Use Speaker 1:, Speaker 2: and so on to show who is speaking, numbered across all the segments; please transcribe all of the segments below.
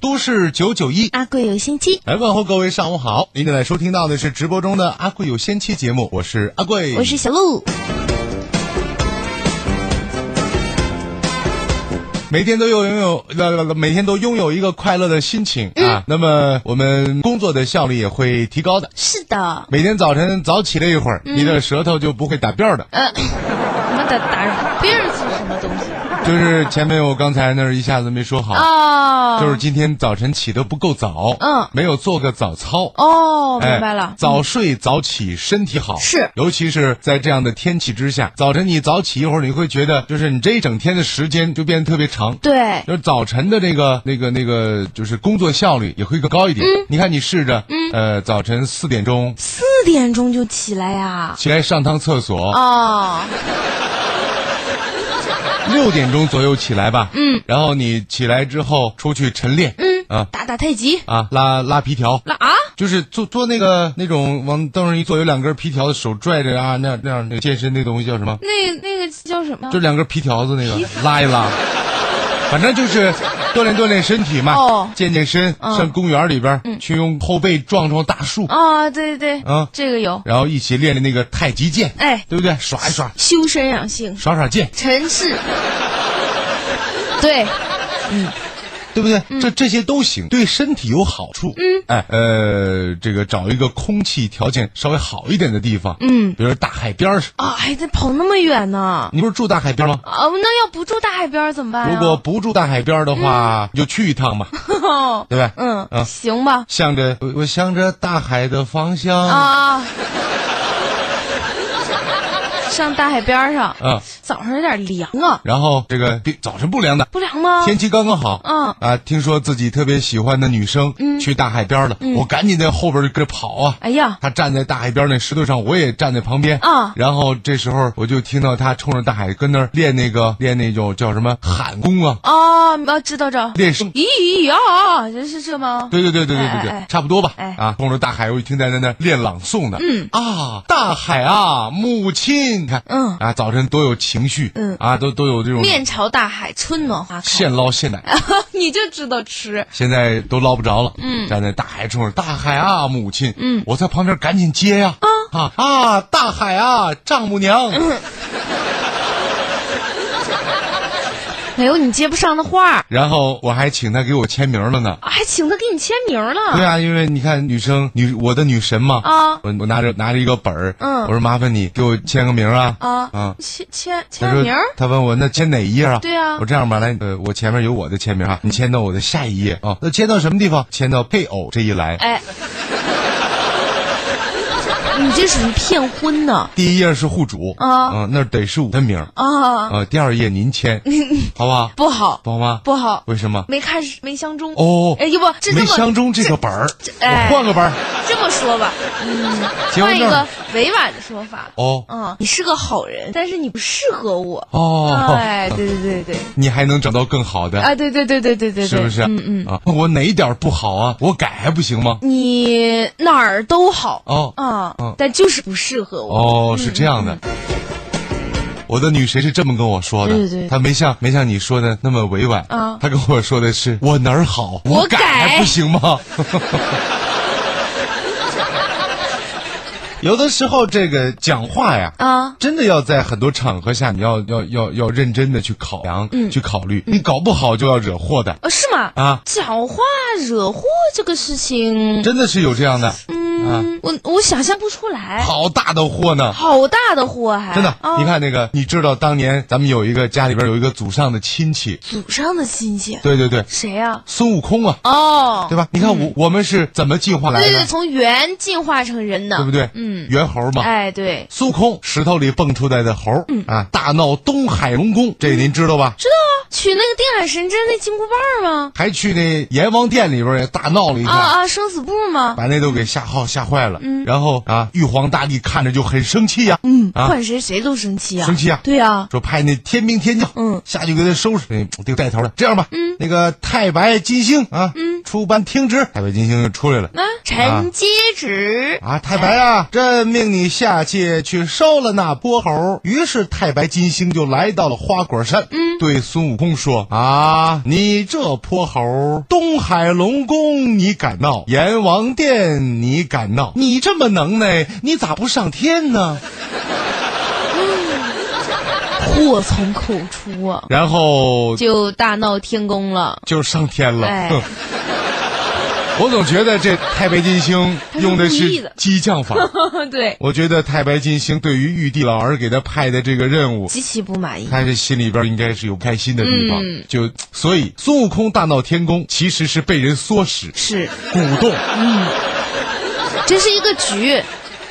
Speaker 1: 都市九九一，
Speaker 2: 阿贵有心机，
Speaker 1: 来问候各位上午好。您正在收听到的是直播中的《阿贵有仙妻》节目，我是阿贵，
Speaker 2: 我是小鹿。
Speaker 1: 每天都有拥有呃，每天都拥有一个快乐的心情、嗯、啊。那么我们工作的效率也会提高的。
Speaker 2: 是的，
Speaker 1: 每天早晨早起了一会儿，嗯、你的舌头就不会打辫的。
Speaker 2: 呃，什么的打辫是什么东西？
Speaker 1: 就是前面我刚才那儿一下子没说好
Speaker 2: 哦，
Speaker 1: 就是今天早晨起得不够早，
Speaker 2: 嗯，
Speaker 1: 没有做个早操
Speaker 2: 哦，明白了。
Speaker 1: 哎、早睡早起身体好
Speaker 2: 是，
Speaker 1: 尤其是在这样的天气之下，早晨你早起一会儿，你会觉得就是你这一整天的时间就变得特别长，
Speaker 2: 对，
Speaker 1: 就是早晨的这个那个那个就是工作效率也会更高一点。
Speaker 2: 嗯、
Speaker 1: 你看你试着，
Speaker 2: 嗯，
Speaker 1: 呃，早晨四点钟，
Speaker 2: 四点钟就起来呀、啊，
Speaker 1: 起来上趟厕所
Speaker 2: 哦。
Speaker 1: 啊六点钟左右起来吧，
Speaker 2: 嗯，
Speaker 1: 然后你起来之后出去晨练，
Speaker 2: 嗯
Speaker 1: 啊，
Speaker 2: 打打太极
Speaker 1: 啊，拉拉皮条，
Speaker 2: 拉啊，
Speaker 1: 就是做做那个那种往凳上一坐，有两根皮条子，手拽着啊，那那样那健身那东西叫什么？
Speaker 2: 那那个叫什么？
Speaker 1: 就两根皮条子那个，拉一拉，反正就是锻炼锻炼身体嘛，
Speaker 2: 哦，嗯
Speaker 1: 健健身，上公园里边去用后背撞撞大树，
Speaker 2: 啊，对对对，
Speaker 1: 啊，
Speaker 2: 这个有，
Speaker 1: 然后一起练练那个太极剑，
Speaker 2: 哎，
Speaker 1: 对不对？耍一耍，
Speaker 2: 修身养性，
Speaker 1: 耍耍剑，
Speaker 2: 尘世。对，嗯，
Speaker 1: 对不对？嗯、这这些都行，对身体有好处。
Speaker 2: 嗯，
Speaker 1: 哎，呃，这个找一个空气条件稍微好一点的地方，
Speaker 2: 嗯，
Speaker 1: 比如大海边儿
Speaker 2: 啊，还得跑那么远呢？
Speaker 1: 你不是住大海边吗？
Speaker 2: 啊，那要不住大海边怎么办、
Speaker 1: 啊？如果不住大海边的话，嗯、你就去一趟嘛，对吧？
Speaker 2: 嗯，嗯行吧。
Speaker 1: 向着我，我向着大海的方向
Speaker 2: 啊。上大海边上，
Speaker 1: 嗯，
Speaker 2: 早上有点凉啊。
Speaker 1: 然后这个早晨不凉的，
Speaker 2: 不凉吗？
Speaker 1: 天气刚刚好，
Speaker 2: 嗯
Speaker 1: 啊，听说自己特别喜欢的女生，
Speaker 2: 嗯，
Speaker 1: 去大海边了，我赶紧在后边跟着跑啊。
Speaker 2: 哎呀，
Speaker 1: 她站在大海边那石头上，我也站在旁边
Speaker 2: 啊。
Speaker 1: 然后这时候我就听到她冲着大海跟那儿练那个练那种叫什么喊功啊。
Speaker 2: 哦，我知道这
Speaker 1: 练声。
Speaker 2: 咦呀，这是这吗？
Speaker 1: 对对对对对对
Speaker 2: 哎
Speaker 1: 对，差不多吧。啊，冲着大海，我一听在那那练朗诵呢。
Speaker 2: 嗯
Speaker 1: 啊，大海啊，母亲。你看，
Speaker 2: 嗯
Speaker 1: 啊，早晨多有情绪，
Speaker 2: 嗯
Speaker 1: 啊，都都有这种
Speaker 2: 面朝大海，春暖花开，
Speaker 1: 现捞现奶，
Speaker 2: 你就知道吃。
Speaker 1: 现在都捞不着了，
Speaker 2: 嗯
Speaker 1: 站在大海冲着大海啊，母亲，
Speaker 2: 嗯
Speaker 1: 我在旁边赶紧接呀，啊啊啊，大海啊，丈母娘，
Speaker 2: 嗯哎呦，你接不上的话，啊
Speaker 1: 然后我还请他给我签名了呢。
Speaker 2: 还请他给你签名了。
Speaker 1: 对啊，因为你看女生女我的女神嘛，
Speaker 2: 啊
Speaker 1: 我我拿着拿着一个本儿，
Speaker 2: 嗯
Speaker 1: 我说麻烦你给我签个名啊，
Speaker 2: 啊
Speaker 1: 啊
Speaker 2: 签签
Speaker 1: 他
Speaker 2: 签
Speaker 1: 说
Speaker 2: 名儿，
Speaker 1: 他问我那签哪一页啊？
Speaker 2: 对啊
Speaker 1: 我这样吧，来，呃，我前面有我的签名啊，你签到我的下一页啊。那签到什么地方？签到配偶这一栏。
Speaker 2: 嗯哎， 你这属于骗婚呢
Speaker 1: 第一页是户主
Speaker 2: 啊
Speaker 1: 嗯那得是我的名儿
Speaker 2: 啊！
Speaker 1: 啊。第二页您 签，好不好？
Speaker 2: 不好，
Speaker 1: 不好吗？
Speaker 2: 不好，
Speaker 1: 为什么？
Speaker 2: 没看没相中。
Speaker 1: 哦
Speaker 2: 哎，要不这
Speaker 1: 没
Speaker 2: 这
Speaker 1: 相
Speaker 2: 么
Speaker 1: 中这个本儿，
Speaker 2: 哎
Speaker 1: 我换个本儿。
Speaker 2: 这么说吧，嗯，
Speaker 1: 结婚
Speaker 2: 换一
Speaker 1: 证
Speaker 2: 个委婉的说法。
Speaker 1: 哦
Speaker 2: 嗯，你是个好人，但是你不适合我。
Speaker 1: 哦，
Speaker 2: 哎，对对对对，
Speaker 1: 你还能找到更好的，
Speaker 2: 啊，对对对对对对对，
Speaker 1: 是不是？
Speaker 2: 嗯嗯，
Speaker 1: 啊，我哪一点儿不好啊？我改还不行吗？
Speaker 2: 你哪儿都好
Speaker 1: 哦
Speaker 2: 啊
Speaker 1: 嗯，
Speaker 2: 但就是不适合我。
Speaker 1: 哦，是这样的。我的女神是这么跟我说的，
Speaker 2: 对对对
Speaker 1: 她没像没像你说的那么委婉
Speaker 2: 啊
Speaker 1: 她跟我说的是我哪儿好，
Speaker 2: 我
Speaker 1: 改
Speaker 2: 改
Speaker 1: 还不行 吗？有的时候这个讲话呀，
Speaker 2: 啊，
Speaker 1: 真的要在很多场合下，你要要要要认真的去考量，
Speaker 2: 嗯
Speaker 1: 去考虑，你搞不好就要惹祸的
Speaker 2: 呃，是吗？
Speaker 1: 啊，
Speaker 2: 讲话惹祸这个事情，
Speaker 1: 真的是有这样的，
Speaker 2: 嗯，我我想象不出来，
Speaker 1: 好大的祸呢。
Speaker 2: 好大的祸还
Speaker 1: 真的，
Speaker 2: 啊
Speaker 1: 你看那个，你知道当年咱们有一个家里边有一个祖上的亲戚，
Speaker 2: 祖上的亲戚
Speaker 1: 对对对，
Speaker 2: 谁呀？
Speaker 1: 孙悟空啊，
Speaker 2: 哦，
Speaker 1: 对吧？你看我我们是怎么进化来
Speaker 2: 对对，
Speaker 1: 的，
Speaker 2: 从猿进化成人呢，
Speaker 1: 对不对？
Speaker 2: 嗯，
Speaker 1: 猿猴嘛。
Speaker 2: 哎，对，
Speaker 1: 孙悟空石头里蹦出来的猴儿啊，大闹东海龙宫，这您知道吧？
Speaker 2: 知道啊，取那个定海神针那金箍棒吗？
Speaker 1: 还去那阎王殿里边也大闹了一
Speaker 2: 啊
Speaker 1: 下，
Speaker 2: 啊，生死簿吗？
Speaker 1: 把那都给吓耗吓坏了。然后啊，玉皇大帝看着就很生气呀，
Speaker 2: 嗯，
Speaker 1: 啊
Speaker 2: 换谁谁都生气啊，
Speaker 1: 生气啊
Speaker 2: 对啊，
Speaker 1: 说派那天兵天将，
Speaker 2: 嗯
Speaker 1: 下去给他收拾。哎，这个带头的，这样吧，
Speaker 2: 嗯
Speaker 1: 那个太白金星啊，
Speaker 2: 嗯
Speaker 1: 书班听旨。太白金星就出来了。
Speaker 2: 那臣接旨。
Speaker 1: 啊，太白啊，朕命你下界去收了那泼猴。于是太白金星就来到了花果山，嗯，对孙悟空说：“啊，你这泼猴，东海龙宫你敢闹，阎王殿你敢闹，你这么能耐，你咋不上天呢？”
Speaker 2: 祸从口出啊，
Speaker 1: 然后
Speaker 2: 就大闹天宫了。
Speaker 1: 就上天了。
Speaker 2: 哎
Speaker 1: 哼我总觉得这太白金星用的
Speaker 2: 他是故意
Speaker 1: 是
Speaker 2: 的
Speaker 1: 激将法。
Speaker 2: 对，
Speaker 1: 我觉得太白金星对于玉帝老儿给他派的这个任务，
Speaker 2: 极其不满意。
Speaker 1: 他这心里边应该是有不开心的地方。
Speaker 2: 嗯
Speaker 1: 就所以孙悟空大闹天宫，其实是被人唆使、
Speaker 2: 是，
Speaker 1: 鼓动。啊
Speaker 2: 这是一个局。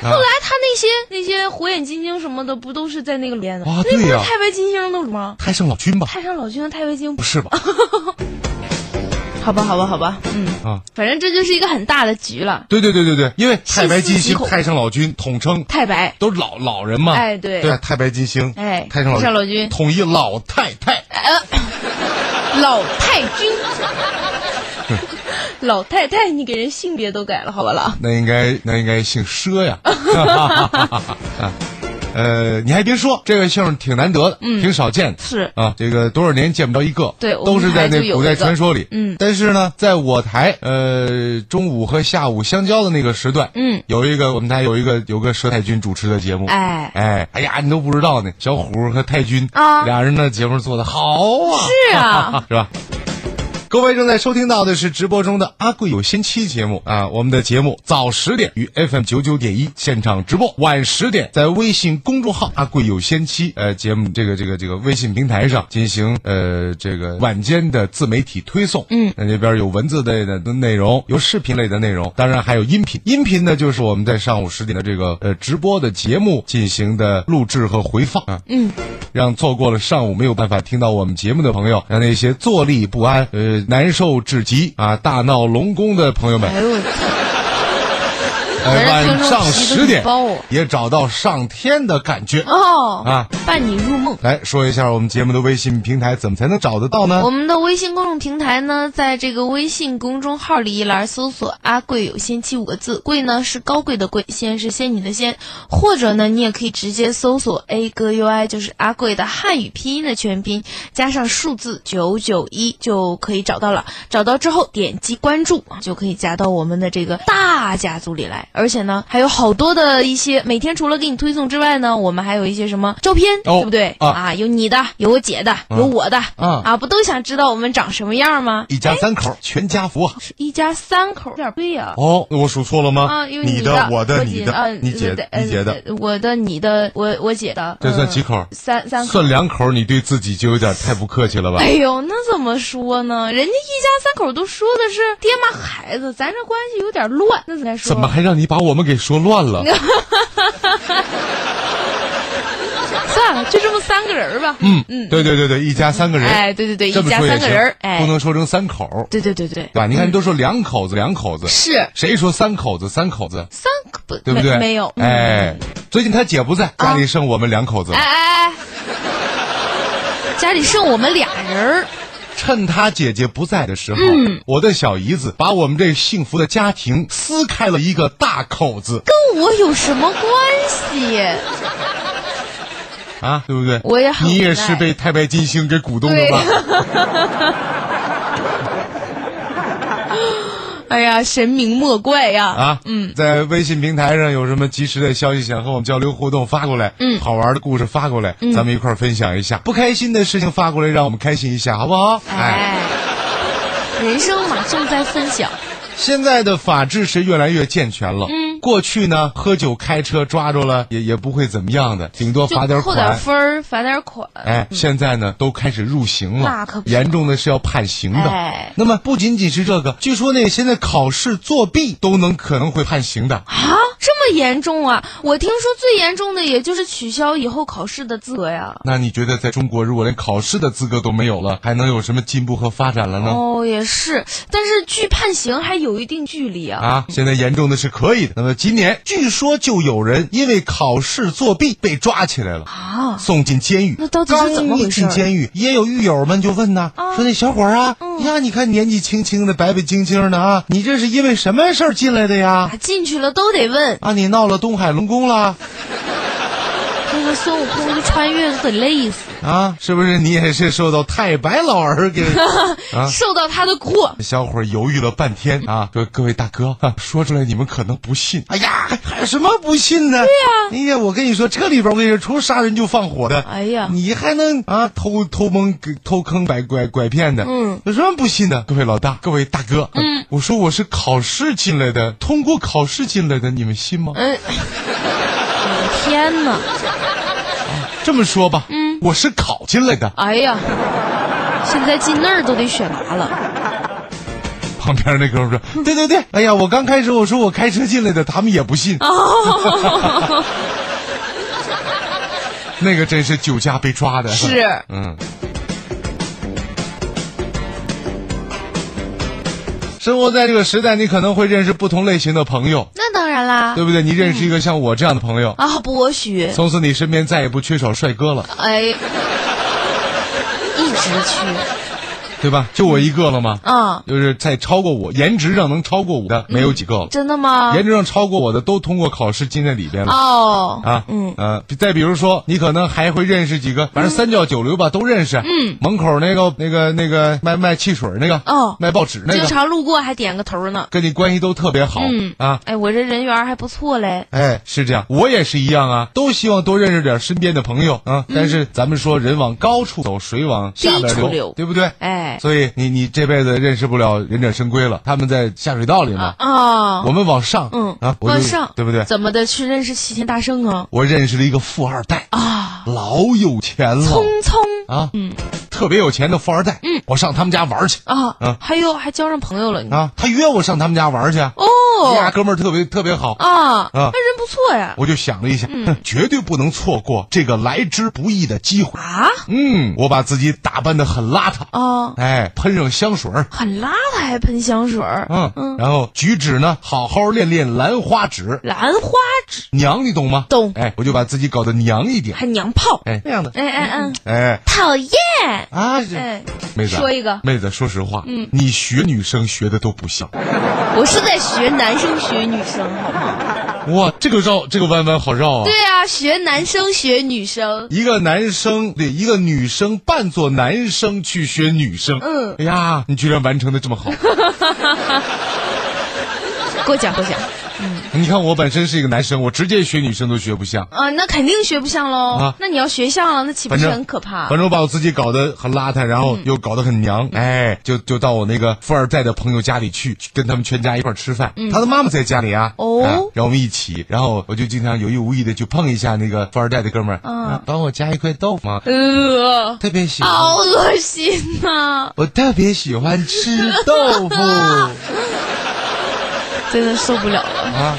Speaker 2: 后来他那些那些火眼金睛什么的，不都是在那个里面的？
Speaker 1: 啊
Speaker 2: 那不
Speaker 1: 对
Speaker 2: 是
Speaker 1: 呀
Speaker 2: 太白金星的吗？
Speaker 1: 太上老君吧？
Speaker 2: 太上老君和太白金
Speaker 1: 不是吧？
Speaker 2: 哦好吧，好吧，好吧，嗯
Speaker 1: 啊，
Speaker 2: 反正这就是一个很大的局了。
Speaker 1: 对对对对对，因为太白金
Speaker 2: 细思极
Speaker 1: 星、
Speaker 2: 恐
Speaker 1: 太上老君统称
Speaker 2: 太白，
Speaker 1: 都是老老人嘛。
Speaker 2: 哎对
Speaker 1: 对啊，太白金星，
Speaker 2: 哎
Speaker 1: 太上老
Speaker 2: 太上老君
Speaker 1: 统一老太太。
Speaker 2: 老太君， 老太太，你给人性别都改了，好吧了？
Speaker 1: 那应该那应该姓佘 呀。啊呃，你还别说，这个姓儿挺难得的，
Speaker 2: 嗯
Speaker 1: 挺少见的。
Speaker 2: 是
Speaker 1: 啊，这个多少年见不着一个，
Speaker 2: 对我
Speaker 1: 都
Speaker 2: 们
Speaker 1: 是在
Speaker 2: 台就
Speaker 1: 那
Speaker 2: 有
Speaker 1: 古
Speaker 2: 一
Speaker 1: 代
Speaker 2: 个
Speaker 1: 传说里。
Speaker 2: 嗯
Speaker 1: 但是呢，在我台呃中午和下午相交的那个时段，
Speaker 2: 嗯，
Speaker 1: 有一个我们台有一个有个佘太君主持的节目，
Speaker 2: 哎
Speaker 1: 哎哎呀，你都不知道呢，小虎和太君
Speaker 2: 啊
Speaker 1: 俩人的节目做的好啊，
Speaker 2: 是啊，
Speaker 1: 是吧？各位正在收听到的是直播中的《阿贵有仙妻》节目啊，我们的节目早十点于 FM 九九点一现场直播，晚十点在微信公众号“阿贵有仙妻”呃节目这个这个这个微信平台上进行呃这个晚间的自媒体推送，嗯，那那边有文字类的内容，有视频类的内容，当然还有音频。音频呢，就是我们在上午十点的这个呃直播的节目进行的录制和回放啊，让错过了上午没有办法听到我们节目的朋友，让那些坐立不安、呃难受至极啊、大闹龙宫的朋友们，
Speaker 2: 哎呦我操，
Speaker 1: 呃、
Speaker 2: 反正
Speaker 1: 晚
Speaker 2: 听
Speaker 1: 上
Speaker 2: 众皮都
Speaker 1: 十点
Speaker 2: 包哦
Speaker 1: 也找到上天的感觉
Speaker 2: 哦，
Speaker 1: 啊！
Speaker 2: 伴你入梦。
Speaker 1: 来说一下我们节目的微信平台，怎么才能找得到呢
Speaker 2: 我？们的微信公众平台呢，在这个微信公众号里一栏搜索“阿贵有仙妻”五个字，贵呢是高贵的贵，仙是仙女的仙，或者呢，你也可以直接搜索 “a 哥 u i”，就是阿贵的汉语拼音的全拼，加上数字九九一就可以找到了。找到之后点击关注，就可以加到我们的这个大家族里来。而且呢，还有好多的一些，每天除了给你推送之外呢，我们还有一些什么照片，
Speaker 1: 哦
Speaker 2: 对不对？
Speaker 1: 啊
Speaker 2: 啊，有你的，有我姐的，有我的，
Speaker 1: 啊
Speaker 2: 啊，不都想知道我们长什么样吗？
Speaker 1: 一家三口，全家福啊！
Speaker 2: 是一家三口，有点贵呀。
Speaker 1: 哦，我数错了吗？
Speaker 2: 哎啊，因为
Speaker 1: 你
Speaker 2: 的、
Speaker 1: 我的、
Speaker 2: 姐
Speaker 1: 你的、
Speaker 2: 啊
Speaker 1: 你姐
Speaker 2: 对
Speaker 1: 的、你姐的，
Speaker 2: 呃我的、你的、我我姐的，
Speaker 1: 这算
Speaker 2: 嗯
Speaker 1: 几口？
Speaker 2: 三三口。
Speaker 1: 算两口，你对自己就有点太不客气了吧？
Speaker 2: 哎呦，那怎么说呢？人家一家三口都说的是爹妈孩子，咱这关系有点乱，那怎么说？
Speaker 1: 怎么还让你把我们给说乱了？
Speaker 2: 算了，就这么三个人吧。
Speaker 1: 嗯嗯，对对对对，一家三个人，
Speaker 2: 哎，对对对，
Speaker 1: 这
Speaker 2: 一
Speaker 1: 么
Speaker 2: 家
Speaker 1: 说也
Speaker 2: 三
Speaker 1: 行
Speaker 2: 个人儿，，哎
Speaker 1: 不，能说成三口儿，
Speaker 2: 对对对对，
Speaker 1: 对吧？你看，都说两口子，两口子，
Speaker 2: 是
Speaker 1: 谁说三口子，三口子，
Speaker 2: 三个不
Speaker 1: 对不
Speaker 2: 没
Speaker 1: 对？
Speaker 2: 没有，嗯啊
Speaker 1: 哎，最近他姐不在，家里剩我们两口子
Speaker 2: 哎，哎哎，家里剩我们俩人儿，
Speaker 1: 趁他姐姐不在的时候，
Speaker 2: 嗯
Speaker 1: 我的小姨子把我们这幸福的家庭撕开了一个大口子
Speaker 2: 跟我有什么关系？
Speaker 1: 啊，对不对？
Speaker 2: 我也很
Speaker 1: 你也
Speaker 2: 无奈
Speaker 1: 是被太白金星给鼓动的吧？
Speaker 2: 哎呀，神明莫怪呀！
Speaker 1: 啊，嗯，在微信平台上有什么及时的消息想和我们交流互动，发过来，嗯，好玩的故事发过来，
Speaker 2: 嗯
Speaker 1: 咱们一块儿分享一下。不开心的事情发过来，让我们开心一下，好不好？
Speaker 2: 哎，
Speaker 1: 哎
Speaker 2: 人生嘛，重在分享。
Speaker 1: 现在的法制是越来越健全了，嗯，过去呢，喝酒开车抓住了也也不会怎么样的，顶多
Speaker 2: 就
Speaker 1: 罚点
Speaker 2: 扣
Speaker 1: 款。
Speaker 2: 点分儿，罚点款。
Speaker 1: 哎，现在呢都开始入刑了，
Speaker 2: 那可不
Speaker 1: 严重的是要判刑的。
Speaker 2: 哎
Speaker 1: 那么不仅仅是这个，据说那现在考试作弊都能可能会判刑的。
Speaker 2: 啊，这么这么严重啊？我听说最严重的也就是取消以后考试的资格呀。
Speaker 1: 那你觉得在中国，如果连考试的资格都没有了，还能有什么进步和发展了呢？
Speaker 2: 哦，也是，但是距判刑还有一定距离啊。
Speaker 1: 啊，现在严重的是可以的。那么今年据说就有人因为考试作弊被抓起来了，
Speaker 2: 啊，
Speaker 1: 送进监狱。
Speaker 2: 那到底是怎么
Speaker 1: 刚
Speaker 2: 回事哦
Speaker 1: 一进监狱，也有狱友们就问呐，说那小伙儿啊，
Speaker 2: 嗯
Speaker 1: 呀，你看年纪轻轻的，白白净净的啊，你这是因为什么事儿进来的呀？
Speaker 2: 啊进去了都得问。
Speaker 1: 啊，你闹了东海龙宫了
Speaker 2: 那个孙悟空就穿越都得累死，
Speaker 1: 啊？是不是你也是受到太白老儿给？啊
Speaker 2: 受到他的苦。
Speaker 1: 小伙儿犹豫了半天啊，说各位大哥，哈说出来你们可能不信。哎呀，还有什么不信呢？对呀、哎呀，我跟你说，这里边我跟你说，除了杀人就放火的，
Speaker 2: 哎呀
Speaker 1: 你还能啊偷偷蒙偷坑拐拐拐骗的，
Speaker 2: 嗯，
Speaker 1: 有什么不信的？各位老大，各位大哥，嗯，我说我是考试进来的，通过考试进来的，你们信吗？
Speaker 2: 嗯， 我的天哪！
Speaker 1: 这么说吧，嗯，我是考进来的。
Speaker 2: 哎呀，现在进那儿都得选拔 了。
Speaker 1: 旁边那哥们儿说：“
Speaker 2: 嗯
Speaker 1: 对对对，哎呀，我刚开始我说我开车进来的，他们也不信。
Speaker 2: 啊
Speaker 1: 那个真是酒驾被抓的。
Speaker 2: 是，
Speaker 1: 嗯。生活在这个时代，你可能会认识不同类型的朋友，
Speaker 2: 那当然啦。
Speaker 1: 对不对？你认识一个像我这样的朋友，
Speaker 2: 啊，不许！
Speaker 1: 从此你身边再也不缺少帅哥了，
Speaker 2: 哎，一直去
Speaker 1: 对吧？就我一个了吗？
Speaker 2: 啊、
Speaker 1: 就是在超过我颜值上能超过我
Speaker 2: 嗯
Speaker 1: 的没有几个了，
Speaker 2: 真的吗？
Speaker 1: 颜值上超过我的都通过考试进在里边了。
Speaker 2: 哦，
Speaker 1: 啊，嗯，呃，再比如说，你可能还会认识几个，反正三教九流吧，都认识。嗯，门口那个、那个、那个卖卖汽水那个，
Speaker 2: 哦
Speaker 1: 卖报纸那
Speaker 2: 经
Speaker 1: 个，
Speaker 2: 常路过还点个头呢。
Speaker 1: 跟你关系都特别好。
Speaker 2: 嗯
Speaker 1: 啊，
Speaker 2: 哎，我这人缘还不错嘞。
Speaker 1: 哎，是这样，我也是一样啊，都希望多认识点身边的朋友
Speaker 2: 嗯
Speaker 1: 啊。但是咱们说，人往高处走，水往下边
Speaker 2: 低处流
Speaker 1: 对不对？
Speaker 2: 哎，
Speaker 1: 所以你你这辈子认识不了忍者神龟了，他们在下水道里嘛，
Speaker 2: 啊，
Speaker 1: 我们往上，
Speaker 2: 嗯
Speaker 1: 啊，我就
Speaker 2: 往上，
Speaker 1: 对不对？
Speaker 2: 怎么的去认识齐天大圣啊？
Speaker 1: 我认识了一个富二代，
Speaker 2: 啊，
Speaker 1: 老有钱了，
Speaker 2: 匆匆
Speaker 1: 啊，嗯，特别有钱的富二代，嗯，我上他们家玩去
Speaker 2: 啊，
Speaker 1: 嗯
Speaker 2: 还有还交上朋友了你
Speaker 1: 啊，他约我上他们家玩去，这
Speaker 2: 嗯哦
Speaker 1: 俩哥们儿特别特别好，
Speaker 2: 啊，嗯那
Speaker 1: 啊
Speaker 2: 人不错呀。
Speaker 1: 我就想了一下，哼绝对不能错过这个来之不易的机会，
Speaker 2: 啊
Speaker 1: 嗯，我把自己打扮的很邋遢，
Speaker 2: 啊，
Speaker 1: 哎，喷上香水儿。
Speaker 2: 很邋遢还喷香水儿，
Speaker 1: 嗯，然后举止呢，好好练练兰花指，
Speaker 2: 兰花指
Speaker 1: 娘，你懂吗？
Speaker 2: 懂
Speaker 1: 哎，我就把自己搞得娘一点，
Speaker 2: 还娘炮，
Speaker 1: 哎，那样的，
Speaker 2: 哎哎哎，
Speaker 1: 哎
Speaker 2: 讨厌，
Speaker 1: 啊，这
Speaker 2: 哎，
Speaker 1: 妹子啊，
Speaker 2: 说一个
Speaker 1: 妹子，说实话，嗯，你学女生学的都不像，
Speaker 2: 我是在学男生学女生，好吗？
Speaker 1: 哇，这个绕，这个弯弯好绕啊。
Speaker 2: 对啊，学男生学女生，
Speaker 1: 一个男生对一个女生扮作男生去学女生，
Speaker 2: 嗯
Speaker 1: 哎呀，你居然完成的这么好！
Speaker 2: 给我讲给我讲
Speaker 1: 你看我本身是一个男生，我直接学女生都学不像，
Speaker 2: 啊，那肯定学不像喽。
Speaker 1: 啊
Speaker 2: 那你要学像了，那岂不
Speaker 1: 反
Speaker 2: 是
Speaker 1: 正
Speaker 2: 很可怕？嗯
Speaker 1: 反正我把我自己搞得很邋遢，然后又搞得很娘，哎，就就到我那个富二代的朋友家里去，去跟他们全家一块儿吃饭，他的妈妈在家里啊，
Speaker 2: 嗯哦
Speaker 1: 啊让我们一起，然后我就经常有意无意的去碰一下那个富二代的哥们儿，
Speaker 2: 嗯
Speaker 1: 啊，帮我夹一块豆腐吗？
Speaker 2: 呃，
Speaker 1: 特别喜欢。
Speaker 2: 好恶心呐、
Speaker 1: 我特别喜欢吃豆 腐
Speaker 2: 真的受不了了。
Speaker 1: 啊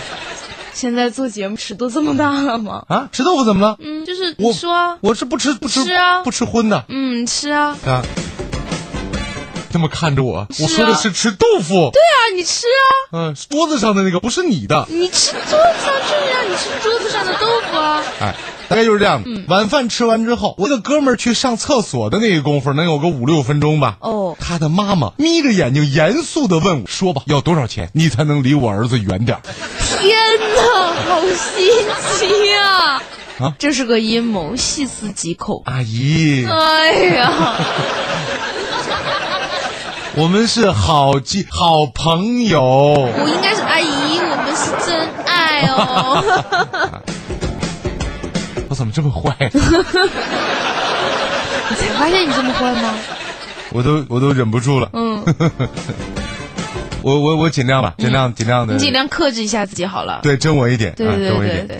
Speaker 2: 现在做节目尺度这么大了吗？
Speaker 1: 啊！吃豆腐怎么了？
Speaker 2: 嗯，就是
Speaker 1: 我
Speaker 2: 你说啊，
Speaker 1: 我是不吃不吃
Speaker 2: 是啊
Speaker 1: 不吃荤的
Speaker 2: 嗯，吃啊，
Speaker 1: 啊！这么看着我，
Speaker 2: 啊
Speaker 1: 我说的是吃豆腐，
Speaker 2: 对啊，你吃啊，
Speaker 1: 嗯、桌子上的那个不是你的，
Speaker 2: 你吃桌子上就是让你吃桌子上的豆腐啊。
Speaker 1: 哎，大概就是这样。
Speaker 2: 嗯
Speaker 1: 晚饭吃完之后，我那个哥们儿去上厕所的那个功夫，能有个五六分钟吧。
Speaker 2: 哦
Speaker 1: 他的妈妈眯着眼睛，严肃的问我：“说吧，要多少钱你才能离我儿子远点儿
Speaker 2: 嗯天哪，好心机啊！
Speaker 1: 啊
Speaker 2: 这是个阴谋，细思极恐？”。
Speaker 1: 阿姨，
Speaker 2: 哎呀，
Speaker 1: 我们是好基好朋友。
Speaker 2: 我应该是阿姨，我们是真爱哦。
Speaker 1: 我怎么这么 坏？
Speaker 2: 你才发现你这么坏吗？
Speaker 1: 我都我都忍不住了。
Speaker 2: 嗯，
Speaker 1: 我我我尽量吧，尽量尽量的，
Speaker 2: 你尽量克制一下自己好了。
Speaker 1: 对真我一点，
Speaker 2: 嗯对
Speaker 1: 啊
Speaker 2: 对
Speaker 1: 真我一
Speaker 2: 对
Speaker 1: 点。
Speaker 2: 对，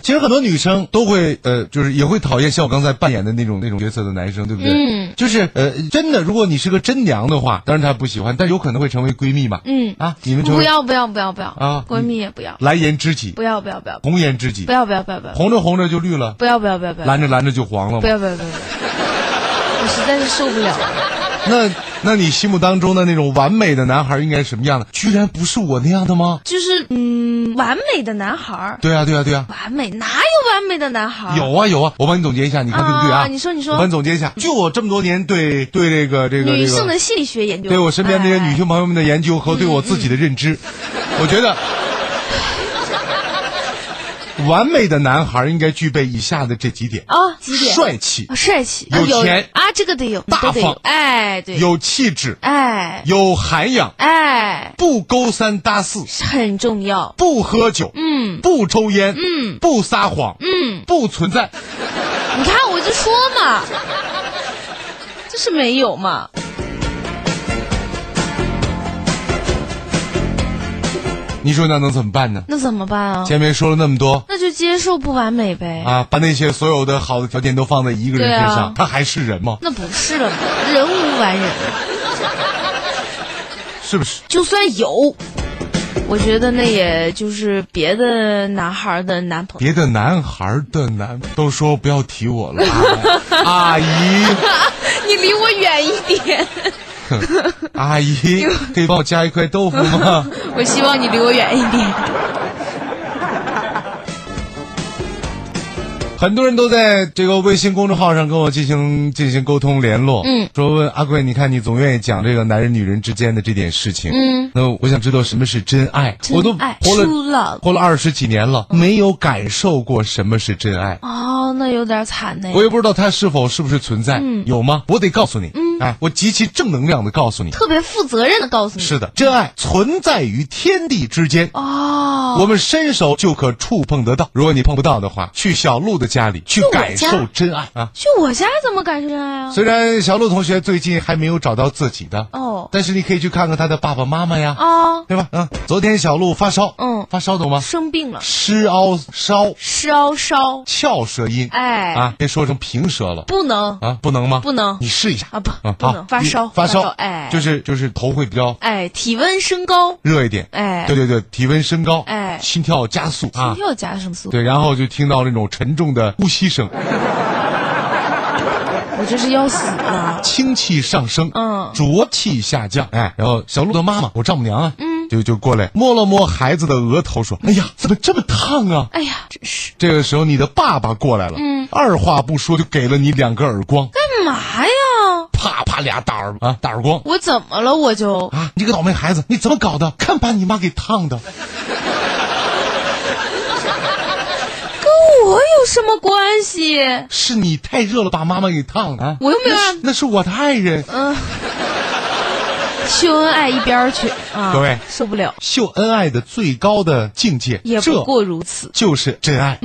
Speaker 1: 其实很多女生都会呃，就是也会讨厌像我刚才扮演的那种那种角色的男生，对不对？
Speaker 2: 嗯，
Speaker 1: 就是呃，真的，如果你是个真娘的话，当然她不喜欢，但有可能会成为闺蜜嘛。
Speaker 2: 嗯
Speaker 1: 啊，你们成
Speaker 2: 不
Speaker 1: 为
Speaker 2: 要不要不要不要
Speaker 1: 啊
Speaker 2: 闺蜜也不要，
Speaker 1: 蓝颜知己，
Speaker 2: 不要不要不要
Speaker 1: 红颜知己
Speaker 2: 不，要不要不要不要
Speaker 1: 红着红着就绿了，
Speaker 2: 不要不要不要不要
Speaker 1: 蓝着蓝着就黄了
Speaker 2: 不
Speaker 1: 嘛。
Speaker 2: 要不要不要，不要我实在是受不了了。
Speaker 1: 那那你心目当中的那种完美的男孩应该是什么样的？居然不是我那样的吗？
Speaker 2: 就是嗯，完美的男孩儿，
Speaker 1: 对啊，对啊，对啊。
Speaker 2: 完美哪有完美的男孩儿？
Speaker 1: 有啊有啊，我帮你总结一下，你看对不对啊？
Speaker 2: 啊你说你说
Speaker 1: 我帮你总结一下。就我这么多年对对这个这个
Speaker 2: 女
Speaker 1: 这
Speaker 2: 性
Speaker 1: 个，
Speaker 2: 的心理学研究，
Speaker 1: 对我身边这
Speaker 2: 哎
Speaker 1: 些女性朋友们的研究和对我自己的认 知，我觉得。完美的男孩应该具备以下的这几点：
Speaker 2: 哎啊，几点？
Speaker 1: 帅气、
Speaker 2: 啊帅气，
Speaker 1: 有
Speaker 2: 啊
Speaker 1: 钱
Speaker 2: 啊，这个得有，
Speaker 1: 大
Speaker 2: 都得有
Speaker 1: 方
Speaker 2: 哎，对，
Speaker 1: 有气质、
Speaker 2: 哎
Speaker 1: 有涵养，
Speaker 2: 哎，
Speaker 1: 不勾三搭四，
Speaker 2: 是很重要。
Speaker 1: 不喝酒，
Speaker 2: 嗯
Speaker 1: 不抽烟，
Speaker 2: 嗯
Speaker 1: 不撒谎，
Speaker 2: 嗯，
Speaker 1: 不存在。
Speaker 2: 你看我就说嘛，这是没有嘛。
Speaker 1: 你说那能怎么办呢？
Speaker 2: 那怎么办啊？
Speaker 1: 前面说了那么多，
Speaker 2: 那就接受不完美呗。
Speaker 1: 啊，把那些所有的好的条件都放在一个人身
Speaker 2: 对
Speaker 1: 上，
Speaker 2: 啊
Speaker 1: 他还是人吗？
Speaker 2: 那不是了嘛，人无完人。
Speaker 1: 是不是？
Speaker 2: 就算有，我觉得那也就是别的男孩儿的男朋友。
Speaker 1: 别的男孩儿的男都说不要提我 了，哎阿姨，
Speaker 2: 你离我远一点，
Speaker 1: 阿姨，可以帮我加一块豆腐 吗？
Speaker 2: 我希望你离我远一点。
Speaker 1: 很多人都在这个微信公众号上跟我进行进行沟通联络，
Speaker 2: 嗯，
Speaker 1: 说问阿贵，你看你总愿意讲这个男人女人之间的这点事情，
Speaker 2: 嗯，
Speaker 1: 那我想知道什么是真爱，
Speaker 2: 真
Speaker 1: 我都
Speaker 2: 爱嗯
Speaker 1: 活
Speaker 2: ，true
Speaker 1: 了
Speaker 2: love
Speaker 1: 活了二十几年了，没有感受过什么是真爱，
Speaker 2: 哦，那有点惨呢，
Speaker 1: 我也不知道它是否是不是存在，
Speaker 2: 嗯
Speaker 1: 有吗？我得告诉你，哎，我极其正能量的告诉你，
Speaker 2: 特别负责任的告诉你，
Speaker 1: 是的，真爱存在于天地之间。
Speaker 2: 哦，
Speaker 1: 我们伸手就可触碰得到，如果你碰不到的话，去小鹿的家里去
Speaker 2: 我
Speaker 1: 感
Speaker 2: 家
Speaker 1: 受真爱啊！
Speaker 2: 去我家怎么感受爱啊？
Speaker 1: 虽然小鹿同学最近还没有找到自己的，
Speaker 2: 哦
Speaker 1: 但是你可以去看看他的爸爸妈妈呀，
Speaker 2: 哦，
Speaker 1: 对吧？嗯，昨天小鹿发烧，
Speaker 2: 嗯
Speaker 1: 发烧懂吗？
Speaker 2: 生病了，
Speaker 1: 湿凹烧
Speaker 2: 烧烧，
Speaker 1: 翘舌音，
Speaker 2: 哎
Speaker 1: 啊，别说成平舌了
Speaker 2: 不能
Speaker 1: 啊，不能吗？
Speaker 2: 不能
Speaker 1: 你试一下
Speaker 2: 啊不
Speaker 1: 嗯
Speaker 2: 不能
Speaker 1: 好
Speaker 2: 发烧
Speaker 1: 你发
Speaker 2: 发
Speaker 1: 烧
Speaker 2: 烧，哎
Speaker 1: 就是就是头会比较
Speaker 2: 哎，体温升高，
Speaker 1: 热一点，
Speaker 2: 哎
Speaker 1: 对对对，体温升高，
Speaker 2: 哎
Speaker 1: 心跳加速啊
Speaker 2: 心，跳加什么速？
Speaker 1: 对，然后就听到那种沉重的呼吸声，
Speaker 2: 嗯我这是要死了，
Speaker 1: 清气上升，
Speaker 2: 嗯
Speaker 1: 浊气下降，哎，然后小鹿的妈妈，我丈母娘啊，
Speaker 2: 嗯
Speaker 1: 就就过来摸了摸孩子的额头，说，哎呀，怎么这么烫啊？
Speaker 2: 哎呀，真是
Speaker 1: 这个时候，你的爸爸过来了，
Speaker 2: 嗯，
Speaker 1: 二话不说就给了你两个耳光，
Speaker 2: 干嘛呀？
Speaker 1: 啪啪俩大耳啊大耳光，
Speaker 2: 我怎么了？我 就
Speaker 1: 啊，你这个倒霉孩子，你怎么搞的？看把你妈给烫的！
Speaker 2: 跟我有什么关系？
Speaker 1: 是你太热了，把妈妈给烫了。啊
Speaker 2: 我又没有
Speaker 1: 那是那是我的爱人。
Speaker 2: 秀恩爱一边儿去啊！
Speaker 1: 各位
Speaker 2: 受不了，
Speaker 1: 秀恩爱的最高的境界，
Speaker 2: 也不
Speaker 1: 这
Speaker 2: 过嗯如此，
Speaker 1: 就是真爱、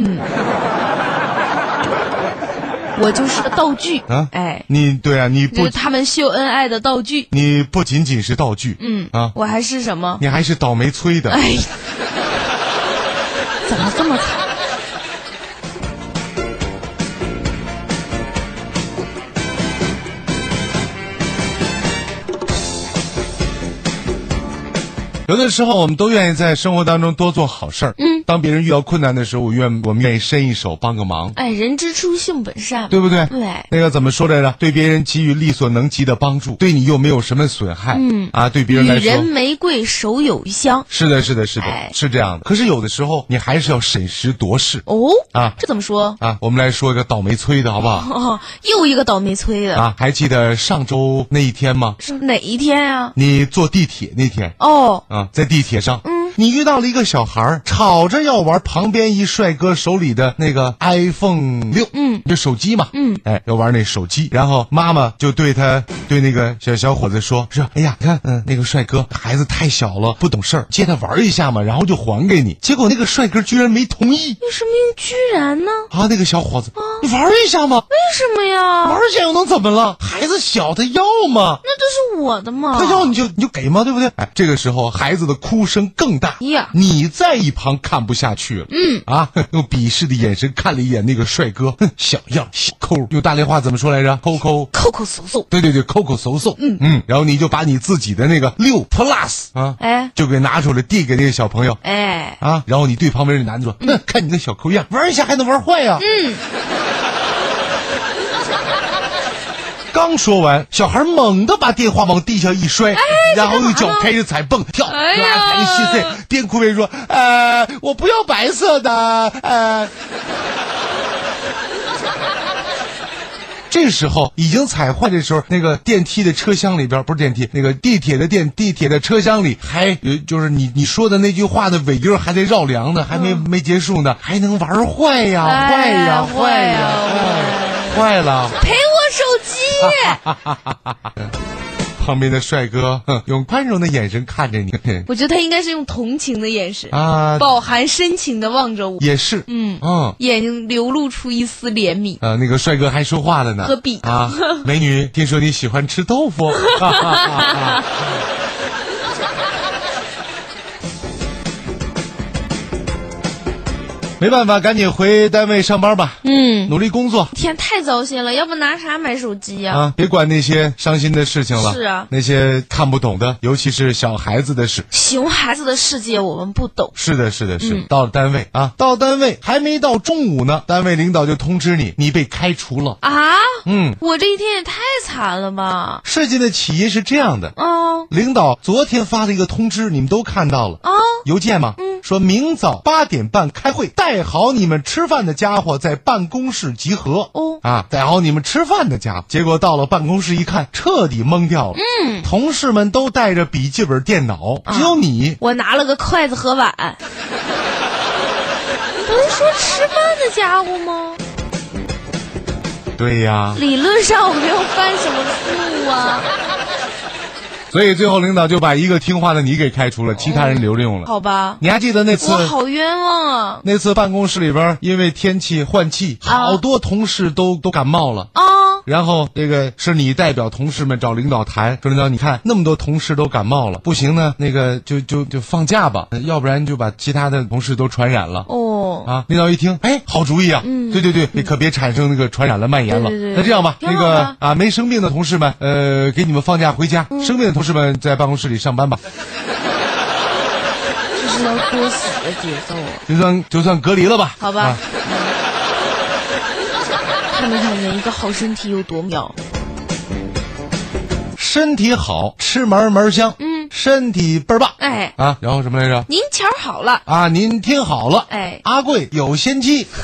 Speaker 2: 我就是个道具
Speaker 1: 啊！
Speaker 2: 哎，
Speaker 1: 你对啊，你
Speaker 2: 就
Speaker 1: 不
Speaker 2: 是，他们秀恩爱的道具。
Speaker 1: 你不仅仅是道具，
Speaker 2: 嗯
Speaker 1: 啊，
Speaker 2: 我还是什么？
Speaker 1: 你还是倒霉催的。
Speaker 2: 哎，怎么这么惨？
Speaker 1: 有的时候，我们都愿意在生活当中多做好事儿。
Speaker 2: 嗯，
Speaker 1: 当别人遇到困难的时候，我愿我们愿意伸一手帮个忙，
Speaker 2: 哎，人之初性本善，
Speaker 1: 对不对？
Speaker 2: 对
Speaker 1: 那个怎么说来着？对别人给予力所能及的帮助，对你又没有什么损害。嗯啊，对别人
Speaker 2: 女
Speaker 1: 来说，
Speaker 2: 人玫瑰手有余香。
Speaker 1: 是的，是的，是的，
Speaker 2: 哎
Speaker 1: 是这样的。可是有的时候你还是要审时度势
Speaker 2: 哦，
Speaker 1: 啊
Speaker 2: 这怎么说？
Speaker 1: 啊！我们来说一个倒霉催的好不好？
Speaker 2: 哦，又一个倒霉催 的，
Speaker 1: 啊，还记得上周那一天吗？
Speaker 2: 是哪一天啊？
Speaker 1: 你坐地铁那天
Speaker 2: 哦，
Speaker 1: 啊，在地铁上，嗯，你遇到了一个小孩儿，吵着要玩旁边一帅哥手里的那个 iPhone 六，嗯，就手机嘛，嗯，哎，要玩那手机，然后妈妈就对他对那个小小伙子说，说，哎呀，你看，嗯，那个帅哥孩子太小了，不懂事儿，借他玩一下嘛，然后就还给你。结果那个帅哥居然没同意，
Speaker 2: 为什么居然呢？
Speaker 1: 啊，那个小伙子，你玩一下嘛，
Speaker 2: 为什么呀？
Speaker 1: 玩一下又能怎么了？孩子小，他要嘛，
Speaker 2: 那都是我的嘛
Speaker 1: 他。要你就你就给嘛，对不对？哎，这个时候孩子的哭声更大
Speaker 2: 呀
Speaker 1: 你在一旁看不下去了，嗯啊， 用鄙视的眼神看了一眼那个帅哥，哼，小样小抠，用大连话怎么说来着？抠抠。
Speaker 2: 扣扣搜搜。
Speaker 1: 对对对，抠抠搜搜，嗯嗯，然后你就把你自己的那个六 plus 啊，
Speaker 2: 哎
Speaker 1: 就给拿出来递给那个小朋友，
Speaker 2: 哎，
Speaker 1: 啊，然后你对旁边的男的说：“那、看你那小抠样，玩一下还能玩坏呀、嗯。刚说完，小孩猛地把电话往地下一摔，然后用脚开始踩蹦跳，
Speaker 2: 哎呀
Speaker 1: 拉开稀碎，边哭边说：“呃，我不要白色的，呃。”这时候已经踩坏的时候，那个电梯的车厢里边不是电梯，那个地铁的电地铁的车厢里还呃就是你你说的那句话的尾音儿还在绕梁呢，还没、没结束呢，还能玩坏呀、
Speaker 2: 嗯哎
Speaker 1: 坏呀坏
Speaker 2: 坏
Speaker 1: 呀
Speaker 2: 呀
Speaker 1: 哎坏了！
Speaker 2: 赔我手机。
Speaker 1: 旁边的帅哥哼用宽容的眼神看着你哼
Speaker 2: 我觉得他应该是用同情的眼神，
Speaker 1: 啊，
Speaker 2: 饱含深情的望着我，
Speaker 1: 也是
Speaker 2: 嗯
Speaker 1: 嗯
Speaker 2: 眼睛流露出一丝怜悯。
Speaker 1: 呃，那个帅哥还说话了呢。
Speaker 2: 何必
Speaker 1: 啊，美女，听说你喜欢吃豆腐。 哈哈哈哈没办法，赶紧回单位上班吧，
Speaker 2: 嗯，
Speaker 1: 努力工作
Speaker 2: 天太糟心了，要不拿啥买手机呀、
Speaker 1: 啊，别管那些伤心的事情了。
Speaker 2: 嗯是啊
Speaker 1: 那些看不懂的，尤其是小孩子的事。
Speaker 2: 熊孩子的世界我们不懂。
Speaker 1: 是的，是的，
Speaker 2: 嗯
Speaker 1: 是的。到了单位啊，到单位还没到中午呢，单位领导就通知你，你被开除了。
Speaker 2: 啊，
Speaker 1: 嗯，
Speaker 2: 我这一天也太惨了吧！
Speaker 1: 事情的起因是这样的，
Speaker 2: 哦
Speaker 1: 领导昨天发的一个通知，你们都看到了。
Speaker 2: 哦，
Speaker 1: 邮件吗？嗯，说明早八点半开会，带好你们吃饭的家伙在办公室集合。
Speaker 2: 哦
Speaker 1: 啊，带好你们吃饭的家伙。结果到了办公室一看，彻底懵掉了。嗯，同事们都带着笔记本电脑，
Speaker 2: 啊
Speaker 1: 只有你。
Speaker 2: 我拿了个筷子和碗。 不是说吃饭的家伙吗？
Speaker 1: 对呀，
Speaker 2: 理论上我没有犯什么错啊，
Speaker 1: 所以最后领导就把一个听话的你给开除了，其他人留用了。
Speaker 2: 好吧，
Speaker 1: 你还记得那次
Speaker 2: 哦我好冤枉啊！
Speaker 1: 那次办公室里边，因为天气换气，
Speaker 2: 啊
Speaker 1: 好多同事都都感冒了。
Speaker 2: 啊，
Speaker 1: 然后这个是你代表同事们找领导谈，说领导你看那么多同事都感冒了，不行呢，那个就就就放假吧，要不然就把其他的同事都传染了。
Speaker 2: 哦，
Speaker 1: 啊！领导一听，哎，好主意啊！嗯，对对对，你可别产生那个传染了、蔓延了。
Speaker 2: 对对对
Speaker 1: 那这样吧，
Speaker 2: 挺好
Speaker 1: 那个
Speaker 2: 的
Speaker 1: 啊，没生病的同事们，呃，给你们放假回家；生病的同事们在办公室里上班吧。
Speaker 2: 这是要作死的节奏啊！
Speaker 1: 就算就算隔离了吧。
Speaker 2: 好吧
Speaker 1: 啊
Speaker 2: 看没看见一个好身体有多妙？
Speaker 1: 身体好，吃门门香。
Speaker 2: 嗯，
Speaker 1: 身体倍儿棒。
Speaker 2: 哎
Speaker 1: 啊，然后什么来着？
Speaker 2: 您瞧好了，
Speaker 1: 啊，您听好了，
Speaker 2: 哎
Speaker 1: 阿贵有仙妻。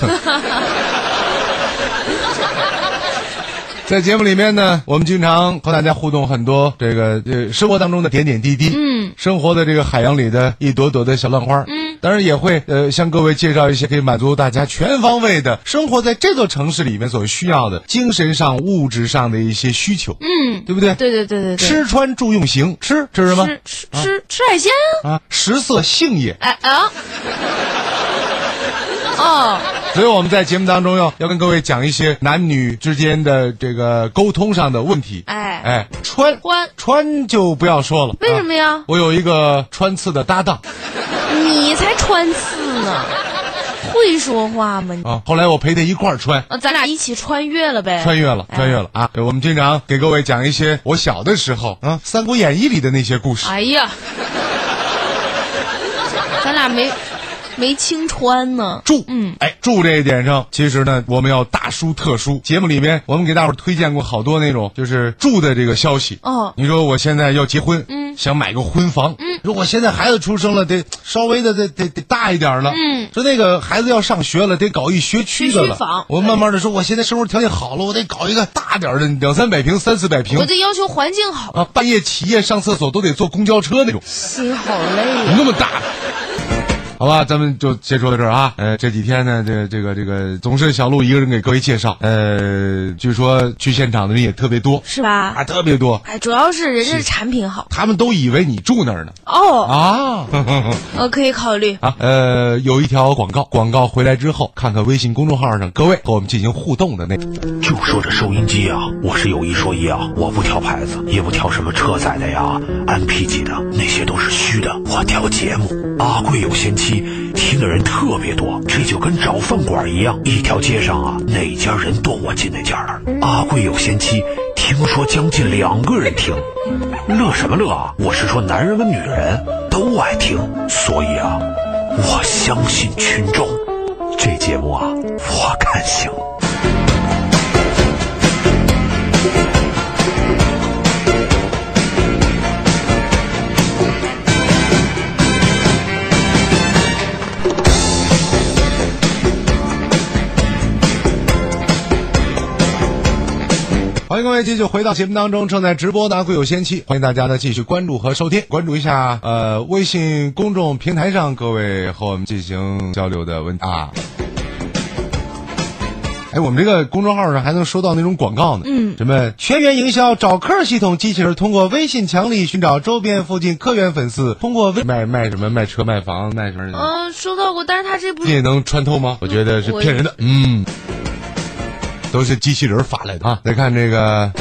Speaker 1: 在节目里面呢，我们经常和大家互动很多这个呃生活当中的点点滴滴，嗯，生活的这个海洋里的一朵朵的小浪花，嗯，当然也会呃向各位介绍一些可以满足大家全方位的生活在这座城市里面所需要的精神上、物质上的一些需求，嗯，对不对？
Speaker 2: 对对对对对，
Speaker 1: 吃穿住用行，吃吃什么
Speaker 2: 吃吃吃吃海鲜啊！
Speaker 1: 啊？食色性也，
Speaker 2: 哎啊！哦，
Speaker 1: 所以我们在节目当中要要跟各位讲一些男女之间的这个沟通上的问题。
Speaker 2: 哎
Speaker 1: 哎，穿
Speaker 2: 欢，
Speaker 1: 穿就不要说了，
Speaker 2: 为什么
Speaker 1: 啊
Speaker 2: 呀？
Speaker 1: 我有一个穿刺的搭档
Speaker 2: 你才穿刺呢，会说话吗你？
Speaker 1: 啊，后来我陪他一块儿穿。
Speaker 2: 啊，咱俩一起穿越了呗？哎
Speaker 1: 穿越了，穿越了啊！对我们经常给各位讲一些我小的时候啊，《三国演义》里的那些故事。
Speaker 2: 哎呀，咱俩没没清穿呢。
Speaker 1: 住，嗯，哎，住这一点上，其实呢，我们要大书特书。节目里面，我们给大伙儿推荐过好多那种就是住的这个消息。
Speaker 2: 哦
Speaker 1: 你说我现在要结婚，嗯，想买个婚房，嗯，如果现在孩子出生了，得稍微的得得得大一点了，嗯，说那个孩子要上学了，得搞一学区的
Speaker 2: 学
Speaker 1: 了。
Speaker 2: 区房
Speaker 1: 我慢慢的说，我现在生活条件好了，我得搞一个大点儿的，两三百平、三四百
Speaker 2: 我
Speaker 1: 平。
Speaker 2: 这要求环境好，
Speaker 1: 啊， 半夜起夜上厕所都得坐公交车那种，
Speaker 2: 心好累呀、
Speaker 1: 那么大。好吧，咱们就先说到这儿啊。呃，这几天呢，这这个这个总是小鹿一个人给各位介绍，呃，据说去现场的人也特别多
Speaker 2: 是吧？
Speaker 1: 啊，特别多，
Speaker 2: 哎，主要是人家产品好
Speaker 1: 他们都以为你住那儿呢
Speaker 2: 哦，
Speaker 1: 啊。
Speaker 2: 我可以考虑。
Speaker 1: 啊，呃，有一条广告，广告回来之后，看看微信公众号上各位和我们进行互动的那。
Speaker 3: 就说这收音机啊，我是有一说一啊，我不挑牌子，也不挑什么车载的呀、MP 级的，那些都是虚的。我挑节目。阿贵有仙妻，听的人特别多，这就跟找饭馆一样，一条街上啊，哪家人多我进哪家儿。阿贵有仙妻，听说将近两个人听，乐什么乐啊？我是说男人跟女人都爱听，所以啊，我相信群众，这节目啊，我看行。
Speaker 1: 欢迎各位继续回到节目当中，正在直播的《贵有仙妻》，欢迎大家呢继续关注和收听，关注一下呃微信公众平台上各位和我们进行交流的问啊。哎，我们这个公众号上还能收到那种广告呢，嗯，什么全员营销找客系统机器人通过微信强力寻找周边附近客源粉丝，通过微卖卖什么卖车卖房卖什么的，
Speaker 2: 嗯，收到过，但是他 这不
Speaker 1: 这
Speaker 2: 是
Speaker 1: 也能穿透吗？我觉得是骗人的，嗯，都是机器人发来的啊。来看这个。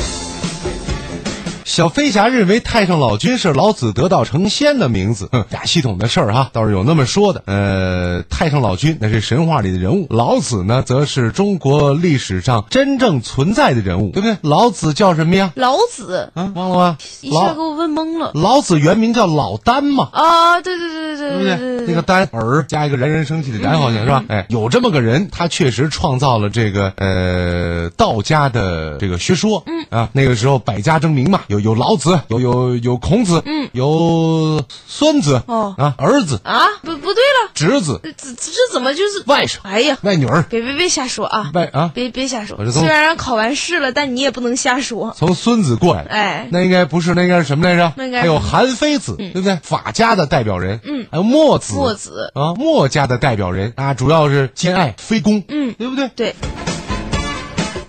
Speaker 1: 小飞侠认为太上老君是老子得道成仙的名字，哼，俩系统的事儿哈，倒是有那么说的。呃，太上老君那是神话里的人物，老子呢，则是中国历史上真正存在的人物，对不对？老子叫什么呀？
Speaker 2: 老子，
Speaker 1: 啊，忘了吗？
Speaker 2: 一下给
Speaker 1: 老嗯
Speaker 2: 我问懵了。
Speaker 1: 老子原名叫老丹嘛，
Speaker 2: 啊，对对对对
Speaker 1: 对不
Speaker 2: 对
Speaker 1: 对？那个单儿加一个燃人生气的燃，好像是吧？
Speaker 2: 嗯
Speaker 1: 哎，有这么个人，他确实创造了这个呃道家的这个学说。嗯啊，那个时候百家争鸣嘛，有有老子，有有有孔子，嗯，有孙子，
Speaker 2: 哦
Speaker 1: 啊，儿子、
Speaker 2: 啊，不不对了，
Speaker 1: 侄子、
Speaker 2: 这这这怎么就是
Speaker 1: 外甥
Speaker 2: 哎呀，
Speaker 1: 外女儿、
Speaker 2: 别别别瞎说啊！
Speaker 1: 外啊，
Speaker 2: 别别瞎说
Speaker 1: 我这，都
Speaker 2: 虽然考完试了，但你也不能瞎说。
Speaker 1: 从孙子过来的。
Speaker 2: 哎，
Speaker 1: 那应该不是，那应该是什么来着？
Speaker 2: 那应该是嗯
Speaker 1: 还有韩非子，对不对？法家的代表人，嗯，还有墨子，
Speaker 2: 墨子
Speaker 1: 啊，墨家的代表人啊，主要是兼爱非攻，嗯，对不对？
Speaker 2: 对，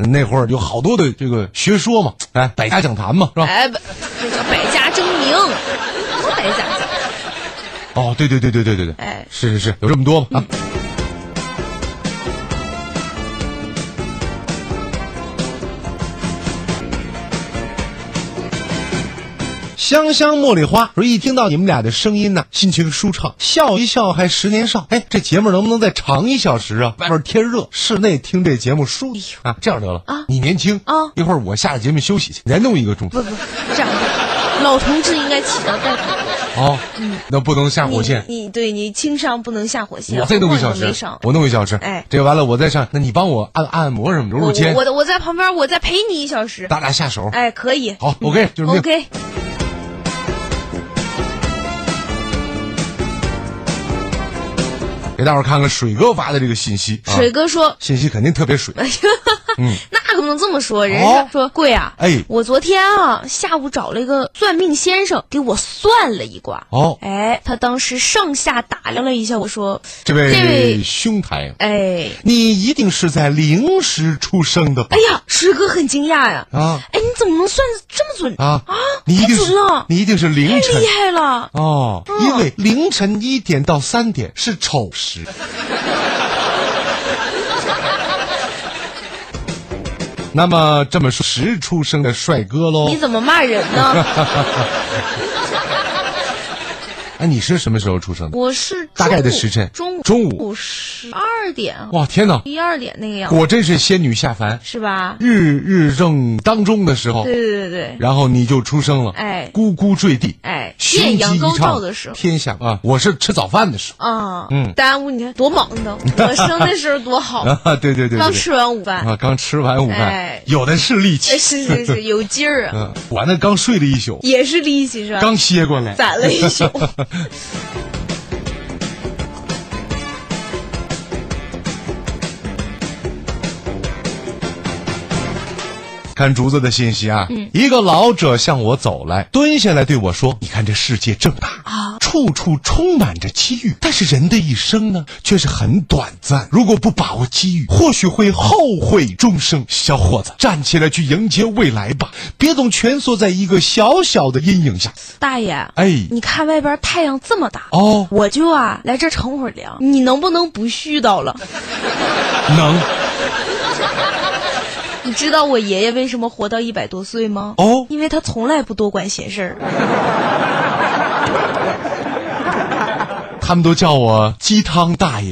Speaker 1: 那会儿有好多的这个学说嘛，哎，百家讲坛嘛，是吧？
Speaker 2: 哎，不这个百家争鸣，什么百家讲？
Speaker 1: 哦，对对对对对对对，
Speaker 2: 哎嗯
Speaker 1: 是是是，有这么多嘛、啊。香香茉莉花说：“一听到你们俩的声音呢，心情舒畅，笑一笑还十年少。哎，这节目能不能再长一小时
Speaker 2: 哎
Speaker 1: 啊？外面天热，室内听这节目舒服啊。这样得了
Speaker 2: 啊
Speaker 1: 你年轻
Speaker 2: 啊
Speaker 1: 一会儿我下了节目休息去，再弄一个钟头
Speaker 2: 不不，这样吧，老同志应该起到带头作
Speaker 1: 哦。那不能下火线
Speaker 2: 用。，你你对你轻伤不能下火线，
Speaker 1: 我再弄
Speaker 2: 我
Speaker 1: 一小
Speaker 2: 没
Speaker 1: 时
Speaker 2: 伤，
Speaker 1: 我弄一小时，
Speaker 2: 哎
Speaker 1: 这个完了我再上，那你帮我按按摩什么的，揉揉
Speaker 2: 我
Speaker 1: 肩
Speaker 2: 我，我我在旁边，我再陪你一小时。
Speaker 1: 打打下手，
Speaker 2: 哎，可以。
Speaker 1: 好，OK，就是命。
Speaker 2: OK，
Speaker 1: 给大伙儿看看水哥发的这个信息啊，
Speaker 2: 水哥说，
Speaker 1: 信息肯定特别水，
Speaker 2: 哎 那可不能这么说，人家
Speaker 1: 哦
Speaker 2: 说贵啊，
Speaker 1: 哎
Speaker 2: 我昨天啊下午找了一个算命先生给我算了一卦，
Speaker 1: 哦
Speaker 2: 哎，他当时上下打量了一下，我说，
Speaker 1: 这
Speaker 2: 这
Speaker 1: 位
Speaker 2: 位
Speaker 1: 兄台，
Speaker 2: 哎，
Speaker 1: 你一定是在零时出生的吧
Speaker 2: 哎？呀，水哥很惊讶呀，
Speaker 1: 啊
Speaker 2: 哎，你怎么能算得这么准？
Speaker 1: 啊，你一定是
Speaker 2: 太准了哎
Speaker 1: 你一定是凌
Speaker 2: 太
Speaker 1: 晨
Speaker 2: 厉害了！
Speaker 1: 哦，因为凌晨一点到三点是丑 时。那么这么说，时出生的帅哥喽？
Speaker 2: 你怎么骂人 呢？
Speaker 1: 哎，你是什么时候出生的？
Speaker 2: 我是
Speaker 1: 大概的
Speaker 2: 中午
Speaker 1: 时辰
Speaker 2: 中午
Speaker 1: 中午
Speaker 2: 十二点，啊
Speaker 1: 哇，天哪，
Speaker 2: 一二点那个样子，
Speaker 1: 果真是仙女下凡，
Speaker 2: 是吧？
Speaker 1: 日日正当中的时候
Speaker 2: 对，对对对，
Speaker 1: 然后你就出生了，
Speaker 2: 哎
Speaker 1: 咕咕坠地，
Speaker 2: 哎，
Speaker 1: 雄
Speaker 2: 艳
Speaker 1: 鸡
Speaker 2: 阳高
Speaker 1: 一
Speaker 2: 照
Speaker 1: 唱
Speaker 2: 的时候。
Speaker 1: 天下啊，我是吃早饭的时
Speaker 2: 啊，嗯，耽误你看多忙呢！我生的时候多好
Speaker 1: 候，嗯 啊，对对对对
Speaker 2: 哦刚
Speaker 1: 对，
Speaker 2: 吃完午饭，
Speaker 1: 啊，刚吃完午饭
Speaker 2: 哎，
Speaker 1: 有的是力 气，
Speaker 2: 哎，是是是，有劲儿啊，
Speaker 1: 嗯，我那刚睡了一宿，
Speaker 2: 也是力气是吧？
Speaker 1: 刚歇过来，
Speaker 2: 攒了一 宿，
Speaker 1: 看竹子的信息啊，一个老者向我走来，蹲下来对我说：“你看这世界这么大，
Speaker 2: 啊
Speaker 1: 除处处充满着机遇，但是人的一生呢，却是很短暂。如果不把握机遇，或许会后悔终生。小伙子，站起来去迎接未来吧，别总蜷缩在一个小小的阴影下。
Speaker 2: 大爷，
Speaker 1: 哎
Speaker 2: 你看外边太阳这么大，
Speaker 1: 哦，
Speaker 2: 我就啊来这儿乘会儿凉，你能不能不絮叨了？
Speaker 1: 能
Speaker 2: 你知道我爷爷为什么活到一百多岁吗？
Speaker 1: 哦，哎
Speaker 2: 因为他从来不多管闲事儿。
Speaker 1: 他们都叫我鸡汤大 爷。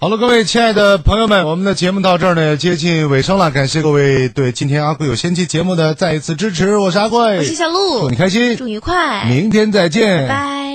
Speaker 1: 好了，各位亲爱的朋友们，我们的节目到这儿呢，接近尾声了。感谢各位对今天《阿贵有仙妻》节目的再一次支持，我是阿贵，
Speaker 2: 我是小鹿
Speaker 1: 哦祝你开心，哎
Speaker 2: 祝愉快，
Speaker 1: 明天再见，
Speaker 2: 拜。